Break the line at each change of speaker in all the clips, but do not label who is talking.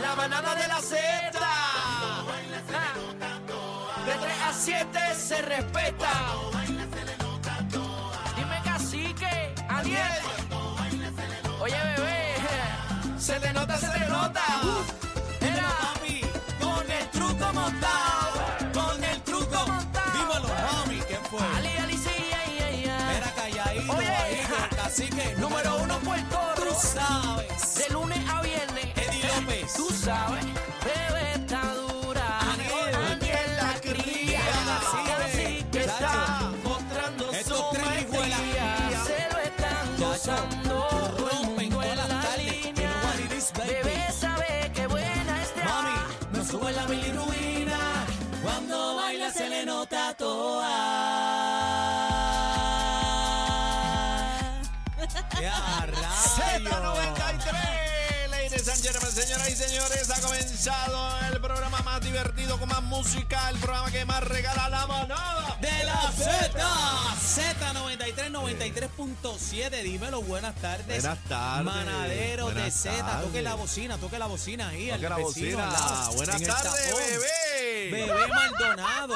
La manada de la Z. De 3 a 7 se respeta. Dime cacique, Aniel. Oye, bebé. Se te nota, se te nota. Era papi, con el truco montado. Con el truco montado. Dímelo, mami, ¿qué fue? Ali, Ali, sí, ay, ay, ay. Era calladito, Oye, cacique. Número uno, Puerto Tú sabes. De lunes a viernes. Eddie López. Tú sabes. Bebé está dura. Aniel, Aniel la cría. Así que está mostrando su maestría. Se lo están gozando. Todo el mundo en la línea. Bebé sabe que buena está. Mami, me sube la bilirubina. Cuando baila se le nota toda.
Z93, ladies and gentlemen, señoras y señores, ha comenzado el programa más divertido, con más música, el programa que más regala la manada.
de la Z. Z93, 93.7. Dímelo, buenas tardes.
Buenas tardes.
Manadero de
Buenas
Z.
tardes.
Toque la bocina, toque la bocina ahí. al
Toque la
vecino al
bocina.
lado,
Buenas
en el
tardes,
tapón.
bebé.
Bebé Maldonado.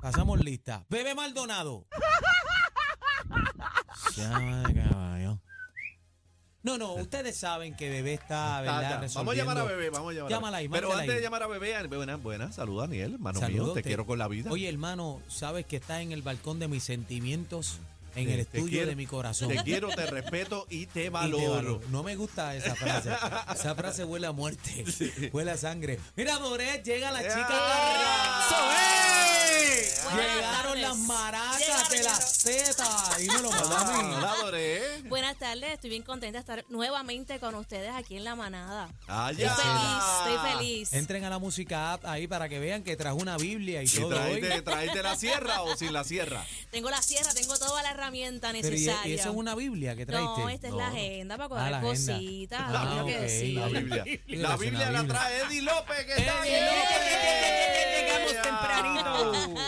Pasamos lista. Bebé Maldonado. Llama de caballo. No, no, ustedes saben que bebé está,
Ta, ta.
¿verdad?
Eh. Vamos a
Resolviendo.
llamar a bebé, vamos a llamar.
Llámala ahí,
Pero
mándala
antes de
ahí.
llamar a bebé, an- buenas, buenas, saludos Daniel, hermano mío,
Saludos,
Ah, te quiero con la vida.
Oye, hermano, sabes que estás en el balcón de mis sentimientos, en
Te-
el
te
estudio
quiero,
de mi corazón.
te quiero, te respeto y te
Y te
valoro.
valoro. No me gusta esa frase. Esa frase huele a muerte, huele a sangre. Mira, Doret, llega la chica.
¡Ah!
¡Eso, eh!
Buenas
Llegaron
tardes.
las maracas
Llegaron,
de la
llegaron.
Z. Dímelo,
Hola,
mami.
hola, Doré.
Buenas tardes, estoy bien contenta de estar nuevamente con ustedes aquí en La Manada. Estoy
Allá.
feliz, estoy feliz.
Entren a la música app ahí para que vean que trajo una Biblia y
¿Y
todo hoy.
traíste, traíste la sierra o sin la sierra?
Tengo la sierra, tengo toda la herramienta
Pero y,
necesaria.
y eso es una Biblia que traíste.
No, esta es la agenda para
Ah,
coger
la agenda.
cositas.
Ah,
claro que
ok.
sí.
La Biblia. La
Gracias,
Biblia
la
la
Biblia.
trae Eddie López, que está
Eddie
aquí.
López.
López.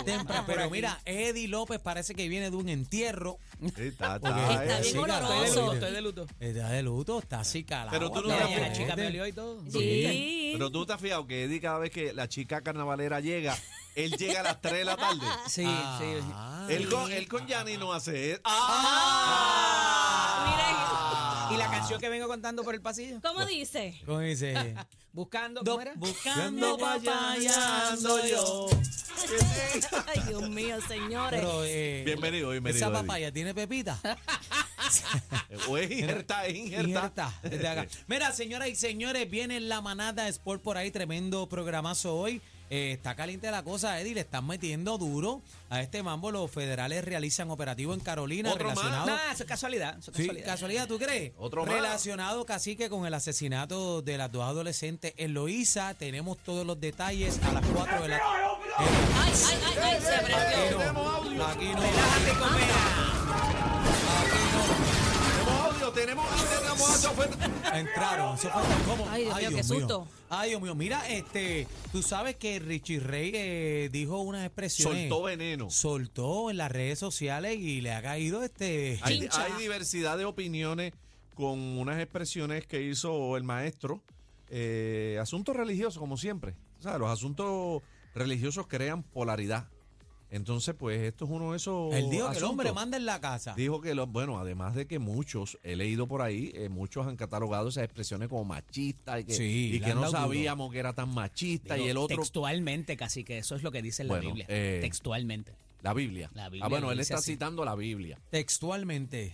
Tempra- pero mira, Eddie López parece que viene de un entierro.
Está, está,
Porque
Está
eh.
bien
sí,
oloroso.
está de luto,
Estoy de luto.
Está de luto, está así calado.
Pero tú no
Está
te
bien,
la
fijas.
chica
gente.
me olió y todo.
Sí.
Pero tú te has fijado que Eddie cada vez que la chica carnavalera llega, él llega a las 3 de la tarde.
Sí,
Ah.
Él con, él con Yanni no hace eh, "Ah, eso. Ah.
Mira,
sí. Y la canción que vengo contando por el pasillo.
¿cómo dice?
¿Cómo dice?
Buscando, ¿cómo era?
Buscando papayando yo.
Ay, Dios mío, señores.
Pero, eh,
Bienvenido, bienvenido,
¿Esa
Eddie.
papaya tiene pepita?
O es injerta, es injerta.
Injerta, desde acá. Mira, señoras y señores, viene la manada de Sport por ahí, tremendo programazo hoy. Eh, está caliente la cosa, Eddie, le están metiendo duro a este mambo. Los federales realizan operativo en Carolina
Otro más.
relacionado
Nada, Ah, eso es casualidad. Eso es
Sí,
casualidad.
casualidad, ¿tú crees?
Otro más.
Relacionado casi que con el asesinato de las dos adolescentes en Loíza. Tenemos todos los detalles a las 4 de la tarde.
Ay, ay, ay, ay, se prendió.
Tenemos audio,
Aquí no.
Relájate, Comera.
tenemos audio, tenemos audio, tenemos audio.
Entraron, se faltan como.
Ay, Dios mío, qué susto.
Ay, Dios mío, mira, este, tú sabes que Richie Rey eh, dijo unas expresiones.
Soltó veneno.
Soltó en las redes sociales y le ha caído este.
Hay,
Chincha.
hay diversidad de opiniones con unas expresiones que hizo el maestro. Eh, asuntos religiosos, como siempre. O sea, los asuntos religiosos crean polaridad. Entonces, pues esto es uno de esos.
Él dijo que el
asuntos.
hombre manda en la
Ah.
casa.
Dijo que, lo- bueno, además de que muchos, he leído por ahí, eh, muchos han catalogado esas expresiones como machistas y que,
Sí,
y
le
que
han
no
dado duro.
sabíamos que era tan machista y
Digo,
el otro,
Textualmente, casi que eso es lo que dice en la
Bueno,
Biblia.
eh,
Textualmente.
la Biblia.
La
Ah,
Biblia
bueno,
lo
él
dice
está
así.
citando la Biblia.
Textualmente.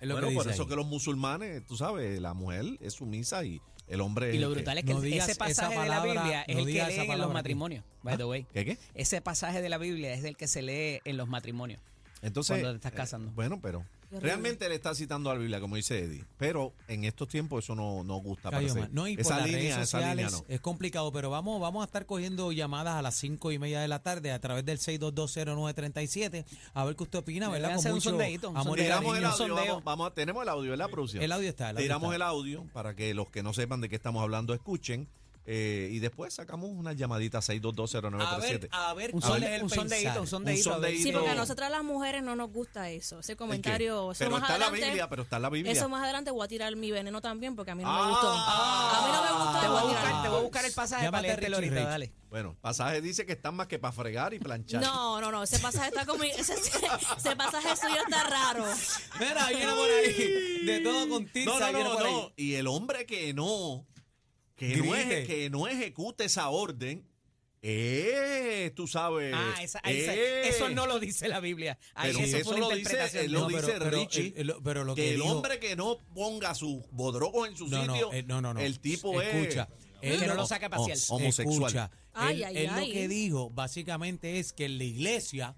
Es lo
bueno,
que
por
dice
eso
ahí.
que los musulmanes, tú sabes, la mujer es sumisa y el hombre... es
Y lo
que-
brutal es que
no
el-
digas
ese
esa
pasaje
palabra,
de la Biblia es
no
el
digas
que
esa
leen en los
palabra aquí.
matrimonios, by the way.
Ah, ¿Qué qué?
Ese pasaje de la Biblia es el que se lee en los matrimonios.
Entonces,
Cuando te estás
eh,
casando.
bueno, pero
horrible.
Realmente le está citando a la Biblia, como dice Eddie. Pero en estos tiempos eso no, no gusta.
Cayó
parece.
mal. No, y por
esa
las
línea,
redes
esa línea
sociales
no.
es complicado, pero vamos, vamos a estar cogiendo llamadas a las 5 y media de la tarde a través del 6220937 a ver qué usted opina,
Le
¿verdad?
hace
Con
un
mucho
sondeíto, un
amor y
sondeíto.
Tiramos el
cariño.
Un
audio,
sondeo.
vamos, vamos a- tenemos el audio, ¿verdad, producción?
El audio está, el audio
Tiramos
está.
el audio para que los que no sepan de qué estamos hablando escuchen. eh, y después sacamos una llamadita
A ver,
6220937.
a ver
Un
cuál
sonde-
es el
un sondeíto,
pensar.
un sondeíto,
Un
a ver.
sondeíto.
Sí, porque a
no-
nosotras las mujeres no nos gusta eso, ese
¿En qué?
comentario. Eso
pero
más
está
adelante,
la Biblia, pero está la Biblia.
Eso más adelante voy a tirar mi veneno también porque a mí no
Ah.
me gustó. A mí no me gustó.
Te voy
voy
a
a
buscar,
tirar.
te voy a buscar el pasaje
Llámate
para
a
leértelo
Richie
ahorita,
Rich.
dale.
Bueno, pasaje dice que están más que para fregar y planchar.
No, no, no, ese pasaje está como ese, ese pasaje suyo está raro.
Mira, viene por ahí. De todo con
No,
tiza.
no,
viene
no,
por ahí.
no. Y el hombre que no, que no,
Dirige.
eje- que no ejecute esa orden, eh, tú sabes.
Ah, esa- esa-
eh.
eso no lo dice la Biblia. Ahí
Pero
eso,
eso
fue
lo
una
dice
interpretación.
el- lo dice Richie,
eh, lo- pero lo
que,
que,
el
dijo-
hombre que no ponga sus bodrogos en su
no,
sitio,
no, eh, no, no, no.
el tipo
Escucha,
Que no lo
saca
saca a pasear.
homosexual.
Escucha,
Ay,
él,
ay,
él
ay.
lo que dijo básicamente es que en la iglesia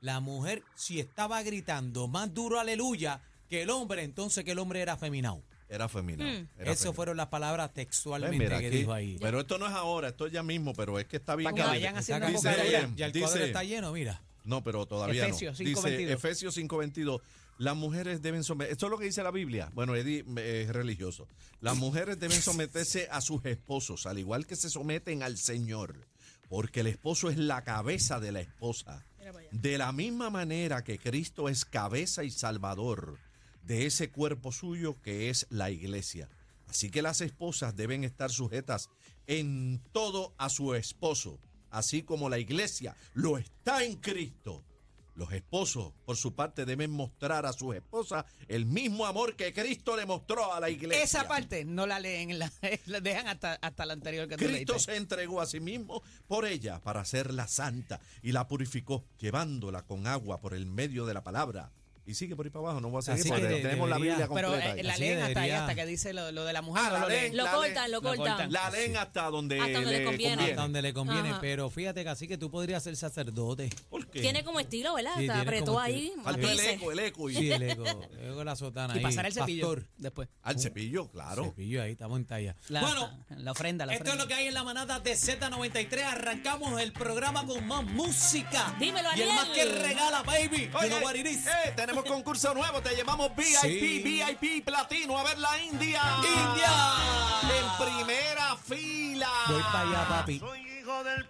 la mujer si estaba gritando más duro aleluya que el hombre, entonces que el hombre era afeminado.
es era femenino.
Hmm.
Eh,
Esas fueron las palabras textualmente que dijo ahí.
Pero esto no es ahora, esto es ya mismo, pero es que está bien.
Para que
caliente.
vayan haciendo
Saca-
dice,
boca de
mira,
ella.
bien,
ya el cuadro
dice-
está lleno, mira.
No, pero todavía
Efesios
no.
5:22.
Dice Efesios 5.22. Las mujeres deben someterse. Esto es lo que dice la Biblia. Bueno, Eddie eh, es religioso. Las mujeres deben someterse a sus esposos, al igual que se someten al Señor. Porque el esposo es la cabeza de la esposa. De la misma manera que Cristo es cabeza y salvador de ese cuerpo suyo que es la iglesia. Así que las esposas deben estar sujetas en todo a su esposo, así como la iglesia lo está en Cristo. Los esposos, por su parte, deben mostrar a sus esposas el mismo amor que Cristo le mostró a la iglesia.
Esa parte no la leen, en la, la dejan hasta, hasta la anterior que tú
Cristo
leíste.
se entregó a sí mismo por ella para hacerla santa y la purificó llevándola con agua por el medio de la palabra. Y sigue por ahí para abajo, no voy a seguir
Así
porque
que
tenemos la
debería-
Biblia
Pero
completa.
eh, la
Así
leen hasta ahí,
debería.
hasta que dice lo, lo de la mujer.
Ah,
no
la
lo
leen.
leen.
Lo
La
cortan,
le-
lo
la
cortan.
cortan.
La leen hasta donde,
Hasta donde
le conviene.
le conviene.
Hasta donde le conviene,
Ajá.
pero fíjate que así que tú podrías ser sacerdote.
¿Por qué?
Tiene como estilo, ¿verdad?
Sí,
Te
tiene
apretó
como
ahí,
estilo.
Falta el
matices.
eco, el eco y
Sí, el ego, el ego de la sotana
Y
ahí.
pasar el cepillo
Pastor.
después.
al cepillo, claro.
Cepillo ahí, estamos en talla.
La,
bueno,
la ofrenda, la
Esto es
ofrenda.
lo que hay en la manada de Z93. Arrancamos el programa con más música.
Dímelo,
Y el más que
Ariel.
regala, baby. You
Oye,
know what it is.
eh, tenemos concurso nuevo, te llevamos VIP,
Sí.
VIP platino a ver la India.
India.
En primera fila.
Voy para allá, papi.
Soy hijo del